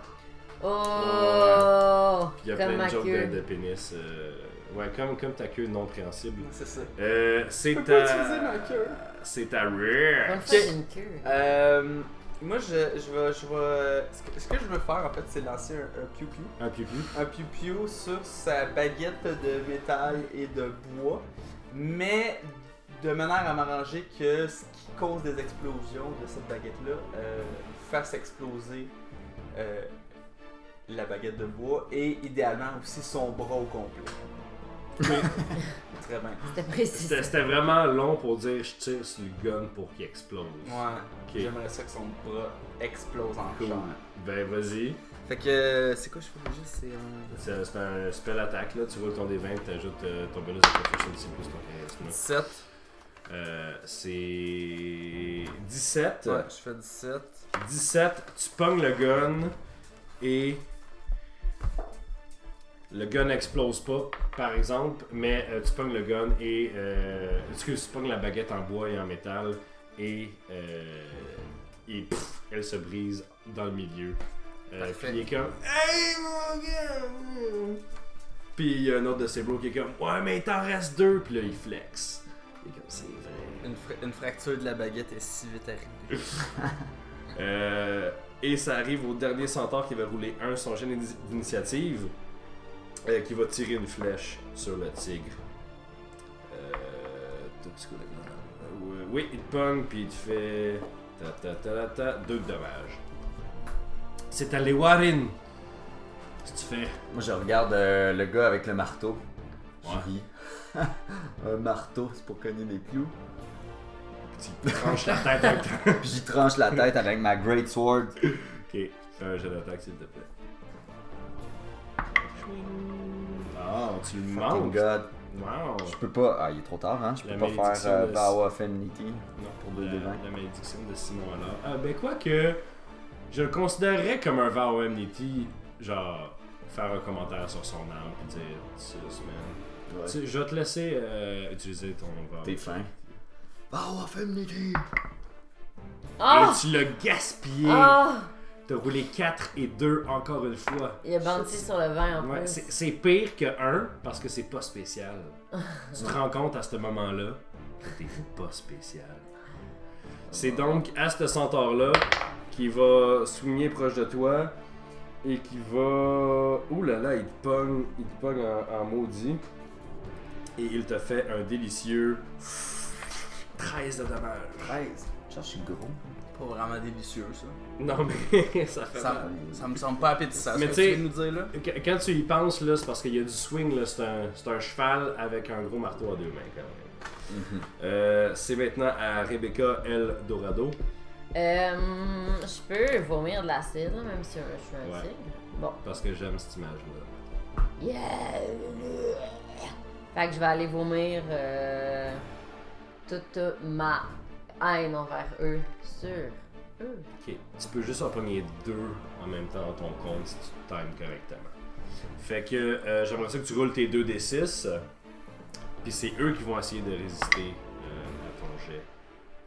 C: Oh!
B: puis il y a
C: Comme
B: plein
C: ma
B: de jokes
C: queue.
B: de, de pénis. euh, Ouais, comme, comme ta queue non préhensible.
E: C'est ça.
B: Euh, c'est
E: peux
B: ta.
E: pas utiliser ma queue.
B: C'est ta.
C: Dans le fond, j'ai une queue.
B: Ah.
E: Euh, moi, je, je vais. Je vais ce, que, ce que je veux faire, en fait, c'est lancer un, un piou-piou.
B: Un pipi.
E: Un piou-piou sur sa baguette de métal et de bois, mais de manière à m'arranger que ce qui cause des explosions de cette baguette-là euh, fasse exploser euh, la baguette de bois et idéalement aussi son bras au complet. Très bien.
C: C'était précis.
B: C'était c'était vraiment long pour dire je tire sur le gun pour qu'il explose.
E: Ouais.
B: Ok.
E: J'aimerais ça que son bras explose en
B: Cool.
E: chair.
B: Ben vas-y.
E: Fait que euh, c'est quoi je fais juste c'est euh, un
B: C'est c'est un spell attack là. Tu roules ton D20, t'ajoutes euh, ton bonus de proficiency plus ton charisme.
E: 17.
B: Euh, c'est. 17.
E: Ouais, je fais 17.
B: 17, tu pognes le gun et le gun explose pas, par exemple, mais euh, tu pognes le gun et. Euh, excuse, tu pognes la baguette en bois et en métal et. euh, et pff, elle se brise dans le milieu. Euh,
E: Parfait.
B: puis il est comme. Hey mon gars! Puis il y a un autre de ses bros qui est comme. Ouais, mais il t'en reste deux! Puis là, il flex. Il est comme, c'est vrai.
E: Une, fra- une fracture de la baguette est si vite arrivée.
B: Euh, et ça arrive au dernier centaure qui va rouler un son jet d'ini- d'initiative, euh, qui va tirer une flèche sur le tigre. Euh, toxico- euh, oui, il te pogne, puis il te fait. Ta, ta, ta, ta, ta, deux de dommages. C'est à Lewarin! Si tu fais.
D: Moi je regarde euh, le gars avec le marteau.
B: Ouais.
D: Je dis un marteau, c'est pour cogner des clous.
B: Tu tranches la tête avec ta-
D: Puis j'y tranche la tête avec ma great sword.
B: Ok, fais un jet d'attaque s'il te plaît. Ah, tu le
D: Fucking
B: manques!
D: god.
B: Wow!
D: Je peux pas. Ah, il est trop tard, hein. Je
B: La
D: peux pas
B: malédiction
D: faire euh,
B: de-
D: Power of Feminity.
B: Non,
D: Pour deux
B: la,
D: des vingt.
B: la malédiction de Simon alors. Ah, ben, quoi que je le considérerais comme un verre au MDT, genre faire un commentaire sur son arme puis dire Sus, man. Tu- je vais te laisser euh, utiliser ton verre.
D: T'es fin. Power of Feminity.
B: Et
C: Oh!
B: tu l'as gaspillé.
C: Oh!
B: T'as roulé 4 et 2 encore une fois.
C: Il a bounty sur le vin en
B: Ouais,
C: plus.
B: c'est c'est pire que 1 parce que c'est pas spécial. tu te rends compte à ce moment-là que t'es pas spécial. C'est donc à ce centaure-là qui va soigner proche de toi et qui va. Ouh là là, il te pogne, il te pogne en, en maudit. Et il te fait un délicieux 13 de dommage.
D: 13. Genre, je suis gros.
E: Pas vraiment délicieux ça.
B: Non mais ça fait
E: Ça, ça me semble pas appétissant.
B: Mais
E: ce que
B: t'sais-
E: tu viens de nous dire là.
B: Qu- Quand tu y penses, là, c'est parce qu'il y a du swing, là, c'est un, c'est un cheval avec un gros marteau à deux mains, quand même. Euh, c'est maintenant à Rebecca El Dorado.
C: Euh, je peux vomir de l'acide, hein, même si euh, je suis un
B: Ouais.
C: tigre. Bon.
B: Parce que j'aime cette image-là.
C: Yeah! Fait que je vais aller vomir euh, toute ma haine envers eux sur Hum.
B: Ok. Tu peux juste en premier deux en même temps à ton compte si tu te times correctement. Fait que euh, j'aimerais ça que tu roules tes deux D6. euh, Puis c'est eux qui vont essayer de résister euh, à ton jet.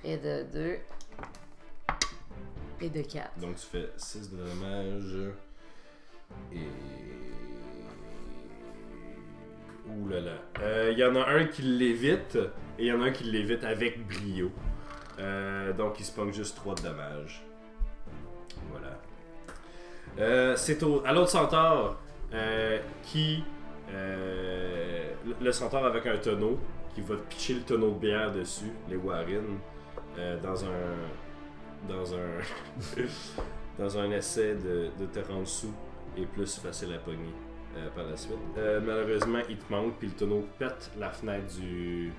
C: Et de 2. Et de 4.
B: Donc tu fais 6 de dommages. Et. Ouh là là. Il y en a un qui l'évite et il y en a un qui l'évite avec brio. Euh, donc il se pogne juste 3 de dommages. Voilà. Euh, c'est au, à l'autre centaure euh, qui. euh, le- le centaure avec un tonneau qui va te pitcher le tonneau de bière dessus, les warines, euh, dans un. dans un. dans un essai de, de te rendre sous et plus facile à pogner euh, par la suite. Euh, malheureusement, il te manque, puis le tonneau pète la fenêtre du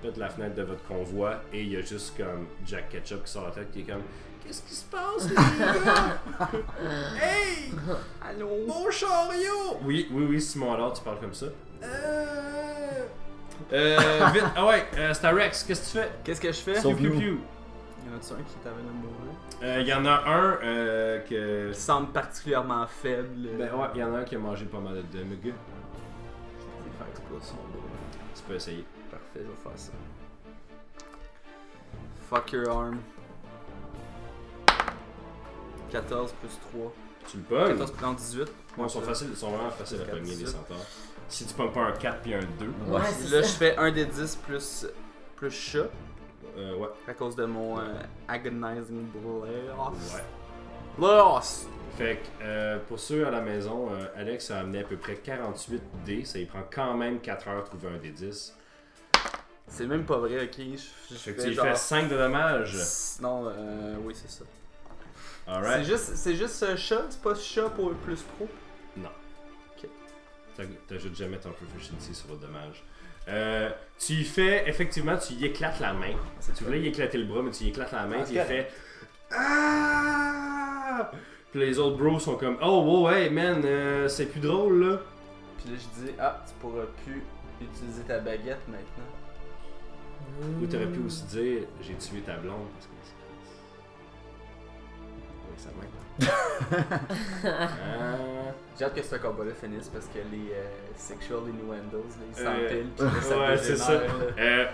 B: pète la fenêtre de votre convoi et il y a juste comme Jack Ketchup qui sort la tête qui est comme Qu'est-ce qui se passe les gars? hey!
E: Allô?
B: Mon chariot! Oui, oui, oui, Simon, alors tu parles comme ça. Euh. Euh, vite, ah ouais, euh, c'est à Rex, qu'est-ce que tu fais?
E: Qu'est-ce que je fais?
D: Sauve-
B: Piu, piu,
D: nous.
B: piu.
E: Il y en a-tu un qui t'avait de mourir?
B: Euh, Il y en a un euh, que.
E: Il semble particulièrement faible.
B: Ben ouais, il y en a un qui a mangé pas mal de demi
E: Je vais faire exploser son dos.
B: Tu peux essayer.
E: Parfait, je vais faire ça. Fuck your arm. 14 plus 3.
B: Tu le pognes.
E: 14 plus non, 18.
B: Ouais, ils sont faciles, ils sont vraiment faciles à
E: 14,
B: pogner les
E: 17.
B: centaures. Si tu pognes pas un 4 puis un 2,
C: Ouais,
D: Ouais.
C: c'est
E: Là,
C: ça.
E: je fais un des 10 plus, plus chat
B: euh, ouais.
E: à cause de mon euh, agonizing oh, blast.
B: Ouais.
E: Blast!
B: Fait que euh, pour ceux à la maison, euh, Alex a amené à peu près 48 dés, ça il prend quand même 4 heures de trouver un des 10.
E: C'est même pas vrai, ok? Je, je
B: Fait que
E: fais
B: tu lui
E: genre...
B: fais 5 de dommages.
E: Non, euh, oui, c'est ça. C'est
B: Alright.
E: juste, c'est juste euh, chat, c'est pas chat pour plus pro.
B: Non.
E: Ok.
B: T'aj- T'ajoutes jamais ton proficiency sur le dommage. Euh, tu y fais, effectivement, tu y éclates la main. Tu voulais y éclater le bras, mais tu y éclates la main,
D: Ah,
B: tu y
D: ok.
B: fais. Ah! Puis les autres bros sont comme Oh, wow, hey man, euh, c'est plus drôle là.
E: Puis là, je dis, ah, tu pourras plus utiliser ta baguette maintenant.
B: Ou t'aurais pu aussi dire J'ai tué ta blonde. Parce que c'est- Oui, ça manque. Ah.
E: J'ai hâte que ce combat-là finisse parce que les euh, sexual innuendos, là, ils
B: Euh,
E: s'empilent. puis là, ça bouge
B: ouais,
E: les
B: c'est ça.
E: nerfs, là.
B: Euh,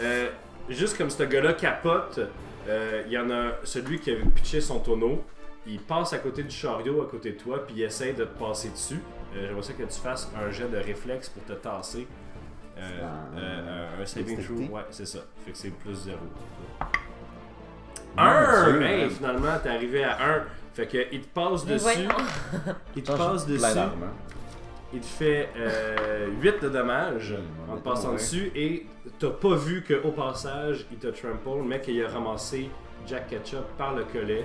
B: euh, juste comme ce gars-là capote, euh, il y en a celui qui a pitché son tonneau. Il passe à côté du chariot, à côté de toi, puis il essaie de te passer dessus. Euh, J'aimerais ça que tu fasses un jet de réflexe pour te tasser. Euh,
D: C'est un-
B: euh, un- un saving throw.
D: dextérité?
B: Ouais, c'est ça. Fait que c'est plus zéro.
D: Mon
B: Un!
D: Dieu,
B: Hey,
D: hein.
B: finalement, t'es arrivé à un. Fait que il te passe
C: Mais
B: dessus.
C: voyons.
B: Il te passe dessus.
D: Ah, Plein d'armes, hein.
B: Il te fait euh, 8 de dommages
D: Mmh,
B: en te
D: mettons,
B: passant
D: ouais.
B: dessus et t'as pas vu qu'au passage, il te trample, mais qu'il a ramassé Jack Ketchup par le collet,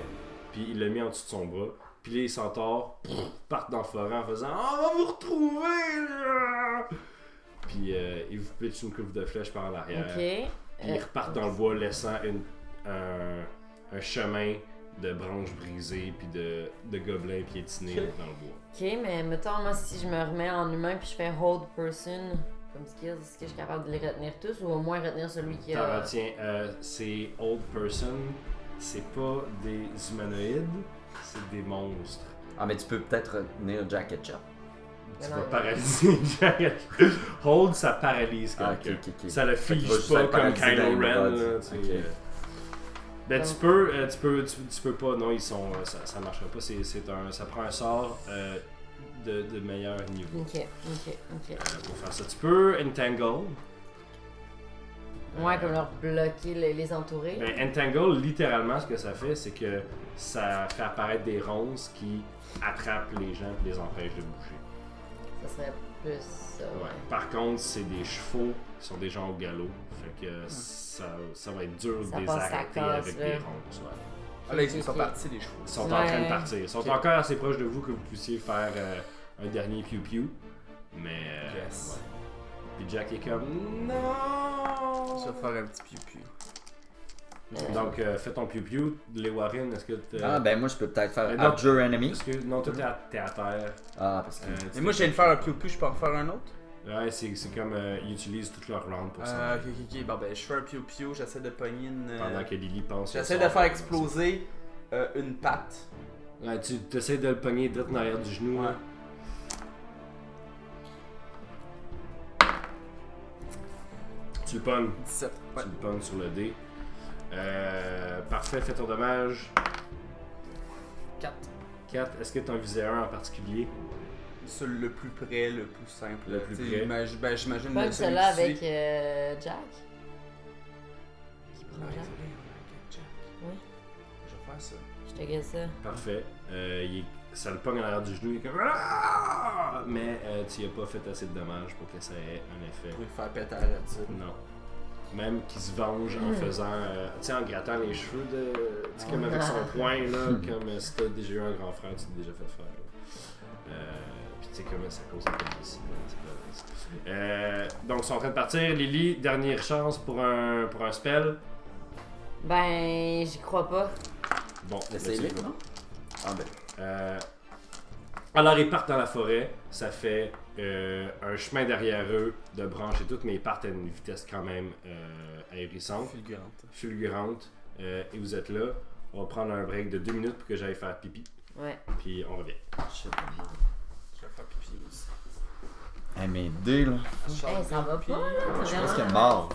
B: puis il l'a mis en dessous de son bras. Puis les centaures pff, partent dans le forêt en faisant On va vous retrouver là! Puis euh, il vous pitch une coupe de flèche par l'arrière.
C: Ok.
B: euh,
C: euh,
B: Puis ils repartent dans le bois, laissant une- un, un chemin de branches brisées, puis de, de gobelins piétinés
E: Ok.
B: dans le bois.
C: Ok, mais mettons, moi, si je me remets en humain puis je fais hold person comme skills, est-ce que je suis capable de les retenir tous ou au moins retenir celui qui
B: T'en
C: a.
B: retiens, euh, c'est Old Person, c'est pas des humanoïdes, c'est des monstres.
D: Ah, mais tu peux peut-être retenir Jack Ketchup.
B: Tu
C: Mais
B: vas
C: non, il-
B: paralyser Jack. Hold, ça paralyse
D: Ah,
B: quelqu'un.
D: ok, ok, ok.
B: Ça le
D: Fait qu'il
B: fige
D: va juste
B: pas
D: être
B: comme
D: paralysé
B: Kylo
D: dans les
B: Ren.
D: bras.
B: là, tu sais. euh.
D: Ok.
B: Ben, tu
C: Donc-
B: peux, euh, tu peux, tu, tu peux pas, non, ils sont, euh, ça, ça marchera pas, c'est, c'est un, ça prend un sort euh, de, de meilleur niveau
C: Ok, ok, ok.
B: euh, pour faire ça. Tu peux entangle.
C: Ouais, comme leur bloquer, les, les entourer.
B: Ben, Entangle, littéralement, ce que ça fait, c'est que ça fait apparaître des ronces qui attrapent les gens et les empêchent de bouger.
C: Ça serait plus. ça,
B: Ouais. Par contre, c'est des chevaux qui sont des gens au galop. Fait que ça, ça va être dur
C: Ça
B: de les
C: passe, ça
B: arrêter
C: casse,
B: avec
C: là.
B: des ronces. ouais.
E: Ah, là, ils
C: Ok,
E: sont
C: ok.
E: partis, les chevaux.
B: Ils sont en
C: Ouais.
B: train de partir. Ils sont
E: Ok.
B: encore assez proches de vous que vous puissiez faire euh, un dernier piou-piou. Mais. euh,
E: Yes.
B: ouais. Puis Jack est comme. Non!
E: Je vais faire un petit piou-piou.
B: Donc, euh, fais ton piou-piou. Les Warren, est-ce que t'es.
D: Ah, ben moi, je peux peut-être faire
B: Euh, non.
D: Abjure Enemy.
B: Est-ce que. Non, toi, t'es à, t'es à terre.
D: Ah, parce que.
B: Euh, tu
E: Mais moi, je viens de faire un piou-piou, je peux en faire un autre?
B: Ouais, c'est c'est comme euh, ils utilisent toute leur round pour ça.
E: Euh, ok, ok, ok. Bon, ben, je fais un piou-piou, j'essaie de pogner une. euh,
B: Pendant que Lily pense. au
E: J'essaie
B: sort.
E: de faire exploser euh, une patte.
B: Ouais, tu essaies de le pogner direct en arrière du genou. là. Tu le pognes.
E: 17. Ouais.
B: Tu le pognes sur le dé. Euh, parfait, fais ton dommage.
E: 4.
B: 4. Est-ce que tu en visais un en particulier
E: C'est le plus près, le plus simple.
B: Le plus
E: T'sais,
B: près.
E: imag- ben, J'imagine
C: Pas
E: le
C: que
E: celui
C: celle-là
E: qui
C: avec
E: suit.
C: euh, Jack. Qui
E: Ouais,
C: prend
E: c'est
C: Jack?
E: vrai, on a un gadget.
C: Oui.
E: Je vais faire ça.
C: Je te guesse ça.
B: Parfait. Euh, il est- ça le pogne en arrière du genou. Il est comme. Ah! Mais euh, tu y as pas fait assez de dommages pour que ça ait un effet.
E: Je vais faire péter à la tire.
B: Non. Même qu'il se venge en faisant. euh, tu sais, en grattant les cheveux de. Tu sais, comme avec son poing, là. Comme euh, si t'as déjà eu un grand frère, tu t'es déjà fait faire. là. Euh, Puis tu sais, comme ça cause un peu aussi, là, c'est pas nice. Euh, donc, ils sont en train de partir. Lily, dernière chance pour un, pour un spell.
C: Ben, j'y crois pas.
B: Bon,
D: Essayez-le,
B: là, tu-
D: non? Ah ben.
B: Euh, alors, ils partent dans la forêt. Ça fait euh, un chemin derrière eux de branches et tout, mais ils partent à une vitesse quand même euh, ahurissante.
E: Fulgurante.
B: fulgurante euh, et vous êtes là. On va prendre un break de deux minutes pour que j'aille faire pipi,
C: Ouais.
B: puis on revient.
E: Je vais faire pipi aussi.
D: Eh mais dé là.
C: Hey, ça va pas, là?
D: Je pense qu'elle est morte.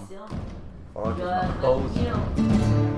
D: Faut que je me pose.
C: pause.